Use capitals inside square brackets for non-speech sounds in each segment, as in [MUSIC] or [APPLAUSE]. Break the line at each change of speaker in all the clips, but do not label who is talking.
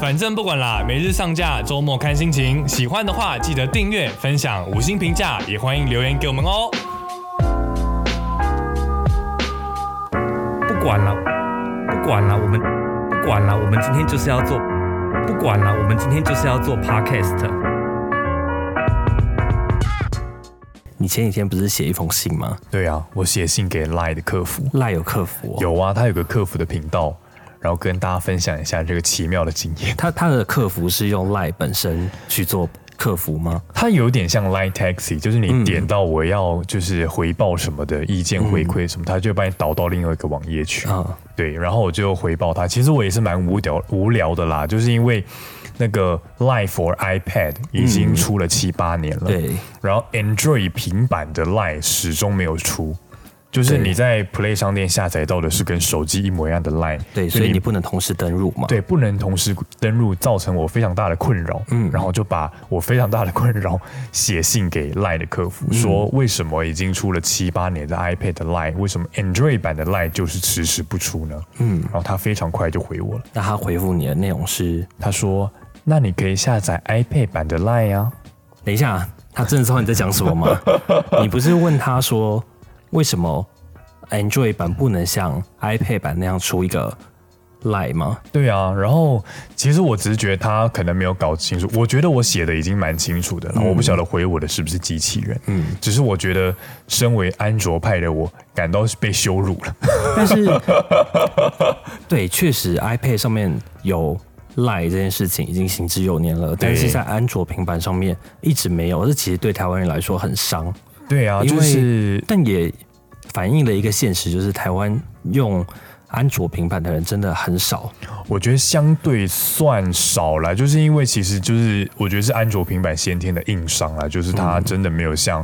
反正不管啦，每日上架，周末看心情。喜欢的话记得订阅、分享、五星评价，也欢迎留言给我们哦。
不管了，不管了，我们不管了，我们今天就是要做，不管了，我们今天就是要做 podcast。你前几天不是写一封信吗？
对啊，我写信给 Line 的客服，
赖有客服、哦，
有啊，他有个客服的频道，然后跟大家分享一下这个奇妙的经验。
他他的客服是用赖本身去做客服吗？
它有点像 Line Taxi，就是你
嗯
点到我要就是回报什么的意见回馈什么，它就会把你导到另外一个网页去。
啊
对，然后我就回报他。其实我也是蛮无聊无聊的啦，就是因为那个 Line for iPad 已经出了七八年了，
对，
然后 Android 平板的 Line 始终没有出。就是
对
你在 Play 商店下载到的是跟手机一模一样的 Line，
对，所以你不能同时登入嘛？，
对，不能同时登入，造成我非常大的困扰。嗯，然后就把我非常大的困扰写信给 Line 的客
嗯
服，说为什么已经出了七八年的 iPad 的 Line，为什么 Android 版的 Line 就是迟迟不出呢？嗯，然后他非常快就回我了，
那他回复你的内容是，
他说：“那你可以下载 iPad 版的 Line 啊。
等一下，他真的知道你在讲什么吗？你不是问他说为什么 Android 版不能像 iPad 版那样出一个 Line 吗？”
对啊，然后其实我只是觉得他可能没有搞清楚，我觉得我写的已经蛮清楚的了，我不
嗯
晓得回我的是不是机器人，嗯，只是我觉得身为安卓派的我感到被羞辱了。 [LAUGHS]
但是，对，确实 iPad 上面有 Line 这件事情已经行之有年了，但是在安卓平板上面一直没有，这其实对台湾人来说很伤，
对啊，
因
就
为
是
但也反映了一个现实，就是台湾用安卓平板的人真的很少。
我觉得相对算少了，就是因为其实就是我觉得是安卓平板先天的硬伤啦，就是
嗯
它真的没有像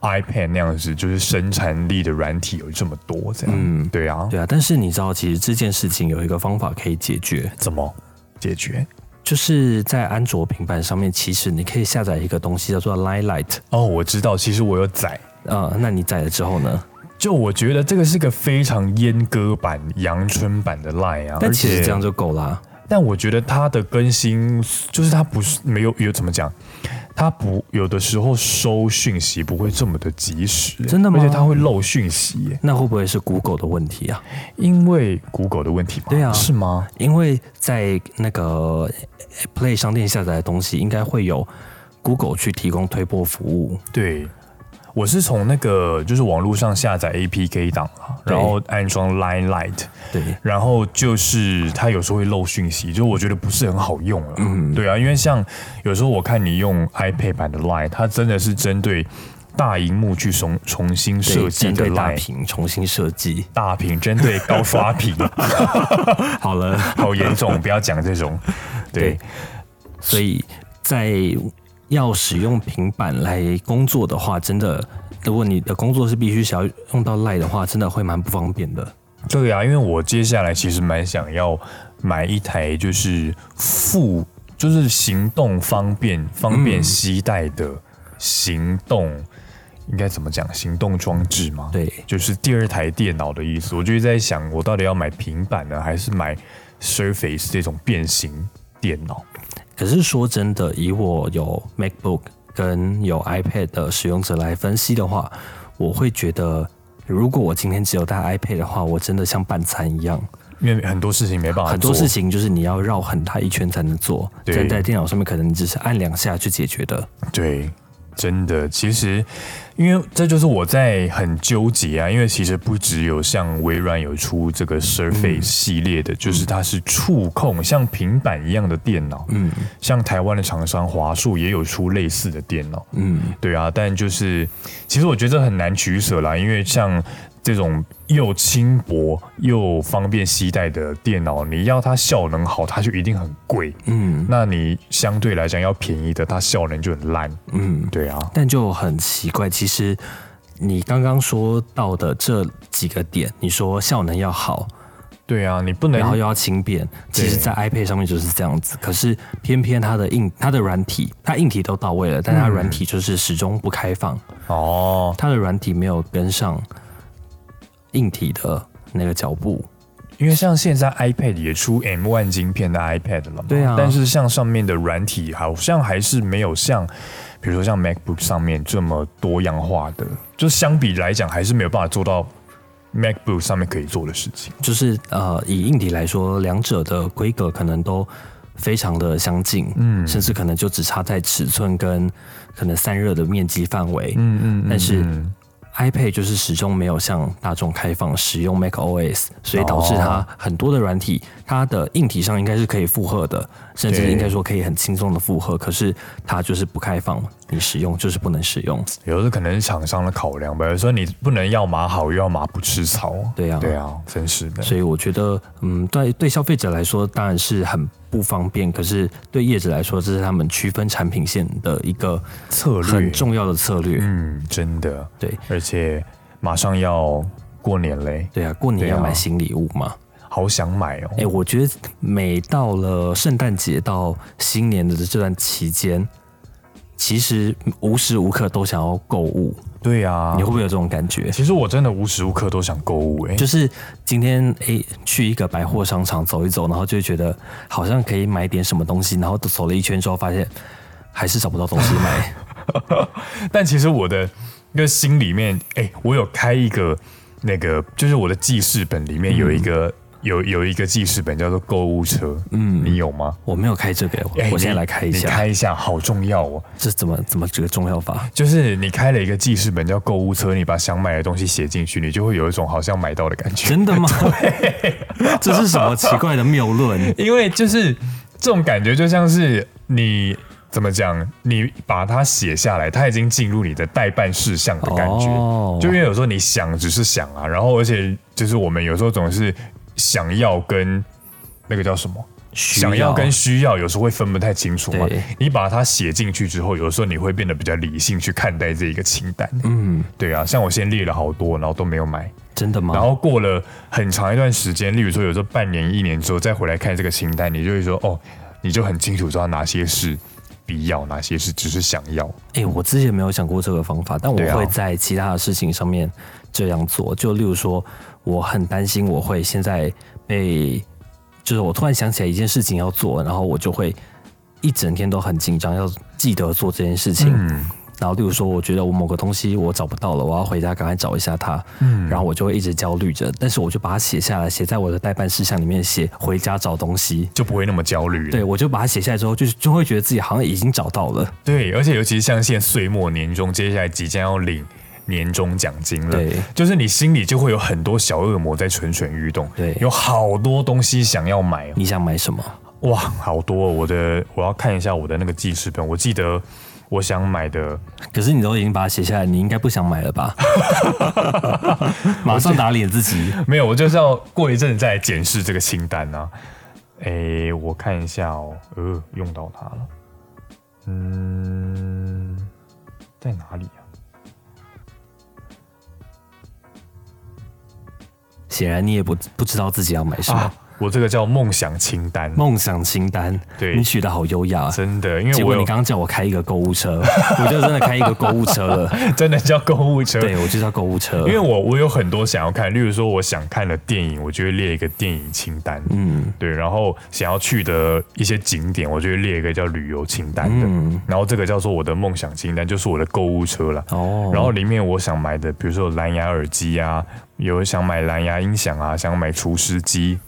iPad 那样子，就是生产力的软体有这么多这样。嗯，对啊，
对啊，但是你知道，其实这件事情有一个方法可以解决，
怎么解决？
就是在安卓平板上面，其实你可以下载一个东西叫做 Line Light。
哦，我知道，其实我有载。
呃，那你载了之后呢？
就我觉得这个是个非常阉割版、阳春版的 Line 啊，
但其
而
实
且
这样就够啦、
但我觉得它的更新就是它不是没有有怎么讲，它不有的时候收讯息不会这么的及时，
真的吗
而且它会漏讯息耶，
那会不会是 Google 的问题啊？
因为 Google 的问题吗？
对啊
是吗？
因为在那个呃 Play 商店下载的东西，应该会有 Google 去提供推播服务。
对，我是从那个就是网络上下载 APK 档啦，
对
然后安装 Line Light，
对，
然后就是它有时候会漏讯息，就我觉得不是很好用了。嗯，对啊，因为像有时候我看你用 iPad 版的 Line，它真的是针对大荧幕去重重新设
对，
计
针
的
对大
Line。
屏重新设计。
大屏针对高刷屏，
好了，
[LAUGHS] 好严重，不要讲这
[LAUGHS]
种。对
对，所以在要使用平板来工作的话，真的，如果你的工作是必须想要用到 Line 的话，真的会蛮不方便的。
对啊，因为我接下来其实蛮想要买一台就是副，就是行动方便、方
嗯
便携带的行动，应该怎么讲？行动装置吗？
对
就是第二台电脑的意思。我就在想，我到底要买平板呢，还是买 Surface 这种变形电脑？
可是说真的，以我有 MacBook 跟有 iPad 的使用者来分析的话，我会觉得，如果我今天只有带 iPad 的话，我真的像半残一样，
因为很多事情没办法做，
很多事情就是你要绕很大一圈才能做，
啊对
站在电脑上面可能你只是按两下去解决的。
对，真的，其实因为这就是我在很纠结啊，因为其实不只有像微软有出这个
嗯
Surface 系列的，就是它是触控像平板一样的电脑，嗯，像台湾的厂商华硕也有出类似的电脑，嗯，对啊，但就是其实我觉得很难取舍啦，因为像。这种又轻薄又方便携带的电脑，你要它效能好，它就一定很贵。
嗯
那你相对来讲要便宜的，它效能就很烂。
嗯，
对啊，
但就很奇怪，其实你刚刚说到的这几个点，你说效能要好，
对啊，你不能
然后又要轻便，其实在 iPad 上面就是这样子。可是偏偏它的硬、它的软体、它硬体都到位了，但它软体就是始终不开放，
哦，
它的软体没有跟上硬体的那个脚步。
因为像现在 iPad 也出 M One 晶片的 iPad 了嘛，
对啊
但是像上面的软体好像还是没有像，比如说像 MacBook 上面这么多样化的，就相比来讲还是没有办法做到 MacBook 上面可以做的事情。
就是呃，以硬体来说，两者的规格可能都非常的相近，嗯，甚至可能就只差在尺寸跟可能散热的面积范围，
嗯嗯
但是 iPad 就是始终没有向大众开放使用 macOS，所以
哦
导致它很多的软体，它的硬体上应该是可以负荷的，甚至
对
应该说可以很轻松的负荷，可是它就是不开放，你使用就是不能使用。
有的可能是厂商的考量吧，有时候你不能要马好，又要马不吃草。
对啊
对啊，真是的。
所以我觉得，嗯，对对消费者来说当然是很不方便，可是对业者来说，这是他们区分产品线的一个
策略
很重要的策略。
嗯，真的。
对
而且马上要过年嘞，
对啊，过年
对啊
要买新礼物嘛。
好想买哦。
哎、我觉得每到了圣诞节到新年的这段期间，其实无时无刻都想要购物，
对啊
你，会不会有这种感觉？
其实我真的无时无刻都想购物哎、
就是今天诶、去一个百货商场走一走，然后就会觉得好像可以买点什么东西，然后走了一圈之后发现还是找不到东西
[LAUGHS]
买。
但其实我的那个心里面，哎、我有开一个那个，就是我的记事本里
嗯
面有一个、有有一个记事本叫做购物车，嗯，你有吗？
我没有开这个，我
哎
我现在
你
来开一
你
下，
开一下，好重要哦。
这怎么怎么这个重
[LAUGHS]
要法？
就是你开了一个记事本叫购物车，你把想买的东西写进去，你就会有一种好像买到的感觉。
真的吗？ [LAUGHS] 这是什么奇怪的谬论？
因为就是这种感觉，就像是你怎么讲，你把它写下来，它已经进入你的代办事项的感觉。
哦
就因为有时候你想只是想啊，然后而且就是我们有时候总是想要跟那个叫什么。
需
想要跟需要有时候会分不太清楚嘛
对，
你把它写进去之后，有时候你会变得比较理性去看待这一个清单。
嗯，
对啊，像我先列了好多，然后都没有买，
真的吗？
然后过了很长一段时间，例如说有时候半年、一年之后再回来看这个清单，你就会说哦，你就很清楚知道哪些是必要，哪些是只是想要。
哎、我之前没有想过这个方法，但我
对啊
会在其他的事情上面这样做。就例如说，我很担心我会现在被，就是我突然想起来一件事情要做，然后我就会一整天都很紧张，要记得做这件事情。
嗯
然后，例如说，我觉得我某个东西我找不到了，我要回家赶快找一下它。嗯，然后我就会一直焦虑着，但是我就把它写下来，写在我的代办事项里面，写回家找东西。
就不会那么焦虑了。
对，我就把它写下来之后，就是就会觉得自己好像已经找到了。
对，而且尤其是像现在岁末年终，接下来即将要领年终奖金了，
对
就是你心里就会有很多小恶魔在蠢蠢欲动，
对
有好多东西想要买哦，
你想买什么？
哇，好多哦！我的我要看一下我的那个记事本，我记得我想买的，
可是你都已经把它写下来，你应该不想买
[LAUGHS]
了吧？马上打脸自己。
没有，我就是要过一阵子再来检视这个清单啊。诶，我看一下哦，呃，用到它了，嗯，在哪里啊？
显然你也不不知道自己要买什么
啊。，我这个叫梦想清单，
梦想清单，
对
你取得好优雅。
真的，因为
结
我
果
有
你刚刚叫我开一个购物车，我就真的开一个购物
[LAUGHS]
车了。
[LAUGHS] 真的叫购物车。
对，我就叫购物车。
因为我我有很多想要看，例如说我想看的电影，我就会列一个电影清单，
嗯，
对，然后想要去的一些景点，我就会列一个叫旅游清单的，
嗯
然后这个叫做我的梦想清单，就是我的购物车了。
哦，
然后里面我想买的，比如说有蓝牙耳机啊，有想买蓝牙音响啊，想买除湿机，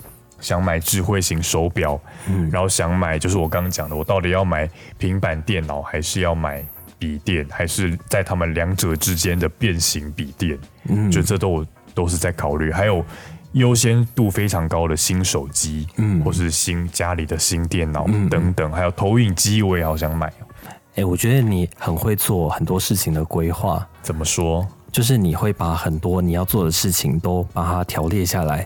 想买智慧型手表，
嗯
然后想买就是我刚刚讲的，我到底要买平板电脑，还是要买笔电，还是在他们两者之间的变形笔电？
嗯
就这都我都是在考虑，还有。优先度非常高的新手机，嗯，或是新家里的新电脑、
嗯
等等，还有投影机，我也好想买哦。
哎、我觉得你很会做很多事情的规划。
怎么说？
就是你会把很多你要做的事情都把它条列下来，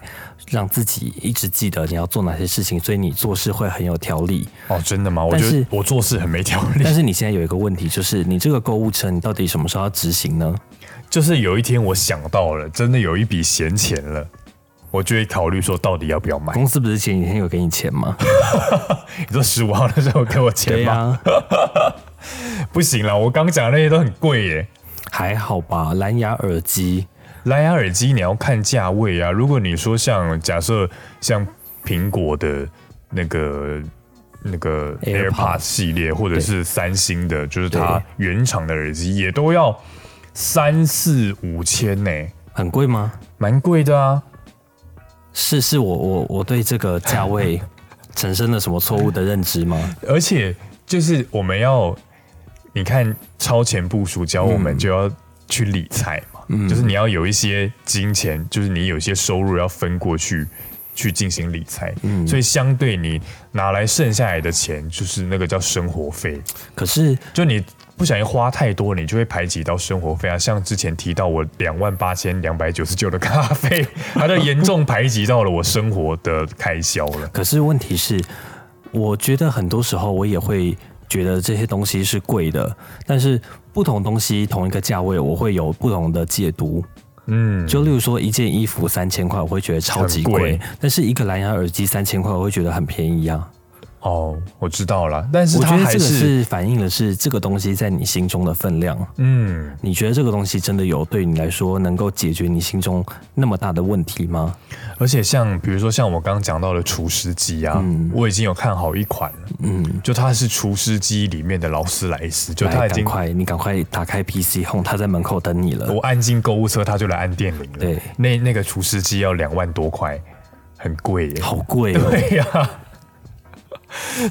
让自己一直记得你要做哪些事情，所以你做事会很有条理。
哦，真的吗？我
但
觉得
是
我做事很没条理。
[LAUGHS] 但是你现在有一个问题，就是你这个购物车，你到底什么时候要执行呢？
就是有一天我想到了，真的有一笔闲钱了，我就会考虑说到底要不要买。
公司不是前几天有给你钱吗？
你说十五号的时候给我钱
[LAUGHS] 对呀、
吗？不行了，我刚讲的那些都很贵耶。
还好吧。蓝牙耳机，
蓝牙耳机你要看价位啊。如果你说像假设像苹果的那个那个
AirPods
AirPods 系列，或者是三星的，就是它
对
原厂的耳机，也都要三四五千呢、
很贵吗？
蛮贵的啊。
是是我我我对这个价位产生了什么错误的认知吗？
而且就是我们要，你看超前部署教我们就要去理财嘛，
嗯
就是你要有一些金钱，就是你有一些收入要分过去去进行理财，
嗯
所以相对你拿来剩下来的钱，就是那个叫生活费，
可是
就你。不小心花太多，你就会排挤到生活费啊。像之前提到我两万八千两百九十九的咖啡， [LAUGHS] 它就严重排挤到了我生活的开销了。
可是问题是，我觉得很多时候我也会觉得这些东西是贵的，但是不同东西同一个价位，我会有不同的解读。
嗯，
就例如说一件衣服三千块，我会觉得超级
很
贵
贵，
但是一个蓝牙耳机三千块，我会觉得很便宜啊。
哦，我知道了，但是
我觉
它
得
还
这个
是
是反映的是这个东西在你心中的分量。
嗯，
你觉得这个东西真的有对你来说能够解决你心中那么大的问题吗？
而且像比如说像我刚刚讲到的厨师机啊，我已经有看好一款了，
嗯，
就它是厨师机里面的劳斯莱斯，就它
来，
已
赶
经
快，你赶快打开 PC Home，他在门口等你了
我。按进购物车，它就来按电铃了。
对
那那个厨师机要两万多块，很贵耶。
好贵哦！
对呀、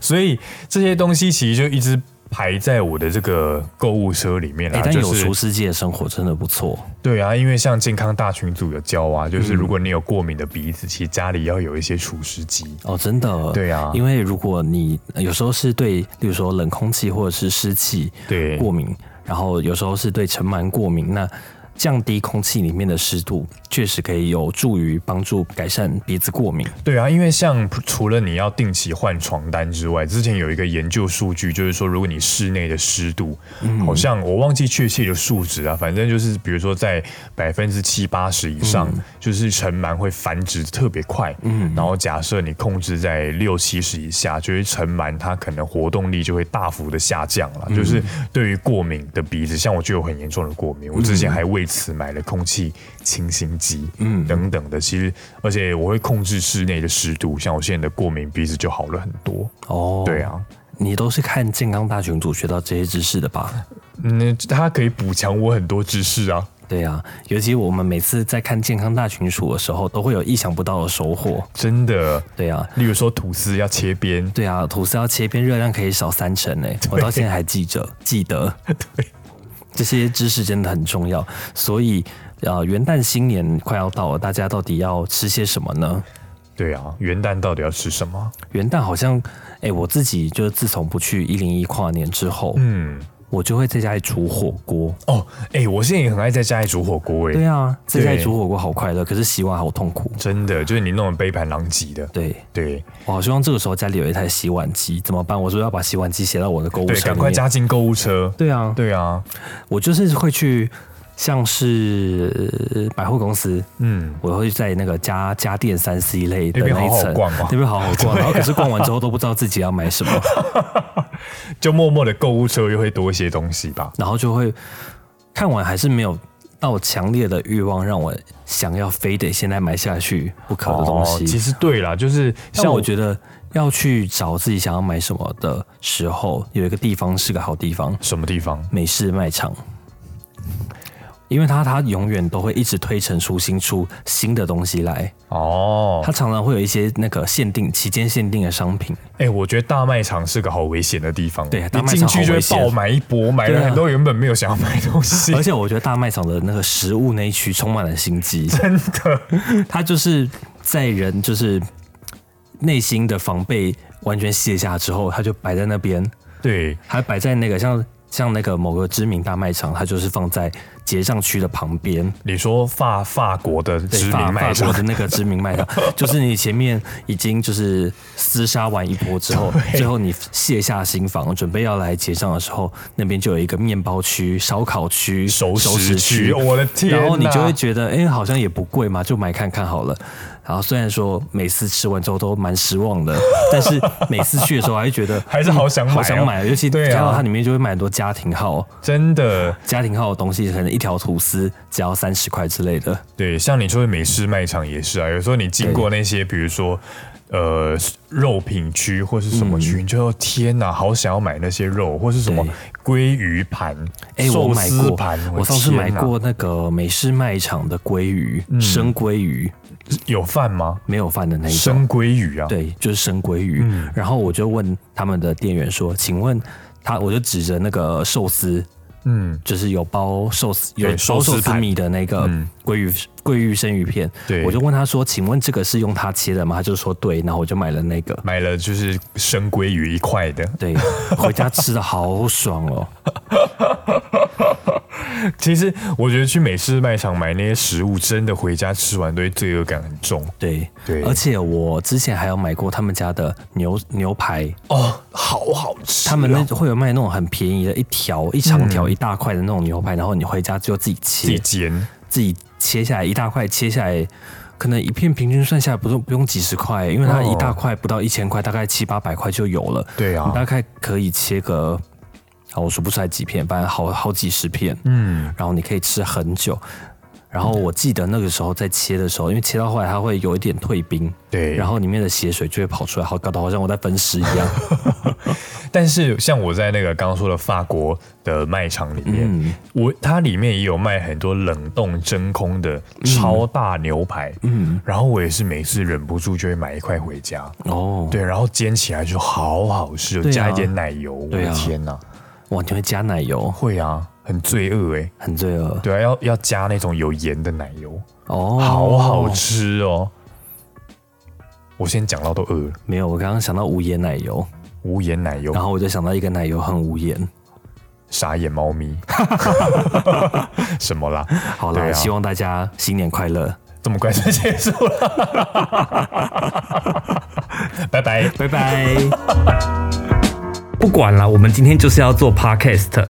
所以这些东西其实就一直排在我的这个购物车里面
哎、
啦。
但有
啊就是
厨师界的生活真的不错。
对啊，因为像健康大群组有教啊，
嗯
就是如果你有过敏的鼻子，其实家里要有一些除湿机。
哦，真的。
对啊
因为如果你呃有时候是对，例如说冷空气或者是湿气
对，
过敏，然后有时候是对尘螨过敏，那降低空气里面的湿度，确实可以有助于帮助改善鼻子过敏。
对啊，因为像除了你要定期换床单之外，之前有一个研究数据，就是说如果你室内的湿度，好像我忘记确切的数值啊，反正就是比如说在百分之七八十以上，就是尘螨会繁殖特别快。嗯，然后假设你控制在哎六七十以下，就是尘螨它可能活动力就会大幅的下降了。就是
嗯
对于过敏的鼻子，像我就有很严重的过敏，我之前
嗯
还为此买了空气清新机，嗯，等等的。其实，而且我会控制室内的湿度，像我现在的过敏鼻子就好了很多。
哦，
对，啊，
你都是看健康大群组学到这些知识的吧？
嗯，它可以补强我很多知识啊，
对啊，尤其我们每次在看健康大群组的时候，都会有意想不到的收获。
真的。
对啊，
例如说吐司要切边，
对啊，吐司要切片，热量可以少三成呢、我到现在还记着，记得。对，这些知识真的很重要。所以，呃，元旦新年快要到了，大家到底要吃些什么呢？
对啊，元旦到底要吃什么？
元旦好像，哎、我自己就是自从不去一零一跨年之后，
嗯，
我就会在家里煮火锅。
哦，哎、我现在也很爱在家里煮火锅、哎，
对啊，在家里
对
煮火锅好快乐，可是洗碗好痛苦。
真的，就是你弄得杯盘狼藉的，
对，
对
我好希望这个时候家里有一台洗碗机，怎么办？我是不是要把洗碗机写到我的购物
对，
车
赶
里
快
面。
加进购物车。
对啊，
对啊，
我就是会去，像是呃百货公司，
嗯，
我会在那个家家电三 C 类的
那边
那一
好好
层，
逛哦
那边好好逛，然后可是逛完之后都不知道自己要买什么，
就默默的购物车又会多一些东西吧。
然后就会看完还是没有到强烈的欲望让我想要非得现在买下去不可的东西。
哦其实对啦，就是
像
像
我
我
觉得要去找自己想要买什么的时候，有一个地方是个好地方，
什么地方？
美式卖场，因为它它永远都会一直推陈出新出新的东西来，
哦，
它常常会有一些那个限定期间限定的商品，
哎、我觉得大卖场是个好危险的地方哦。
对啊大
你
卖场
进去就
好
会
危险
爆买一波，买
对
了
啊
很多原本没有想要买的东西
而。且我觉得大卖场的那个食物那一区充满了心机，
真的，
它就是在人就是内心的防备完全卸下之后，它就摆在那边，
对，
还摆在那个像像那个某个知名大卖场，它就是放在结账区的旁边，
你说法法国的
对
知
法
名卖
法
场
国的那个知名卖场， [LAUGHS] 就是你前面已经就是厮杀完一波
[LAUGHS]
之后，最后你卸下心防，准备要来结账的时候，那边就有一个面包区、烧烤区、
熟哦
食
食区，我的天呐！
然后你就会觉得，哎、好像也不贵嘛，就买看看好了。然然后虽然说每次吃完之后都蛮失
[LAUGHS]
望的，但是每次去的时候还是觉得
还是好想买哦
好想买哦，尤其
对啊
加到它里面就会买很多家庭号，
真的，
家庭号的东西可能一条吐司只要三十块之类的，
对，像你说的美式卖场也是啊，有时候你经过那些，比如说。呃，肉品区或是什么区，你就说天哪，好想要买那些肉，或是什么
嗯对
鲑鱼盘、
哎、我
寿
买
司
过
盘，，
我上次
天
买
哪，嗯
过那个美式卖场的鲑鱼，生鲑鱼，
有饭吗？
没有饭的那一种。
生嗯鲑鱼啊，
对，就是生鲑鱼。然后我就问他们的店员说：“请问他？”我就指着那个寿司，
嗯，
就是有包寿司、有
对
包
寿司
寿司
盘嗯
米的那个鲑鱼、鲑鱼生鱼片。
对
我就问他说：“请问这个是用它切的吗？”他就说：“对。”然后我就买了那个。
买了就是生鲑鱼一块的。 [LAUGHS]
对，回家吃的好爽哦。
其实我觉得去美式卖场买那些食物，真的回家吃完对罪恶感很重
对，
对
而且我之前还有买过他们家的牛牛排，
哦，好好吃
他们那会有卖那种很便宜的，一条一长条一大块的那种牛排，然后你回家就自己
自己
切，
煎，
自己切下来一大块，切下来可能一片平均算下来不用不用几十块，因为它
哦
一大块不到一千块，大概七八百块就有了。
对啊
你大概可以切个，啊，我数不出来几片，反正好好几十片。
嗯，
然后你可以吃很久。然后我记得那个时候在切的时候，因为切到后来它会有一点退冰，
对。
然后里面的血水就会跑出来，好搞得好像我在分尸一
[LAUGHS]
样。
但是像我在那个刚刚说的法国的卖场里面，
嗯
我它里面也有卖很多冷冻真空的超大牛排，嗯，然后我也是每次忍不住就会买一块回家，
哦，
对，然后煎起来就好好吃哦，
对啊
加一点奶油，我
对
的
啊
天哪、
哇，你会加奶油，
会啊，很罪恶哎、
很罪恶
对啊，要要加那种有盐的奶油，
哦，
好好。吃哦。我先讲到都饿了，
没有，我刚刚想到无盐奶油，
无盐奶油
然，后我就想到一个奶油很无盐。
傻眼猫
[LAUGHS]
咪，什么啦？
好啦，
对啊
希望大家新年快乐，
这么快就结束了， [LAUGHS] 拜拜。
拜拜。 [LAUGHS]
不管啦，我们今天就是要做 podcast，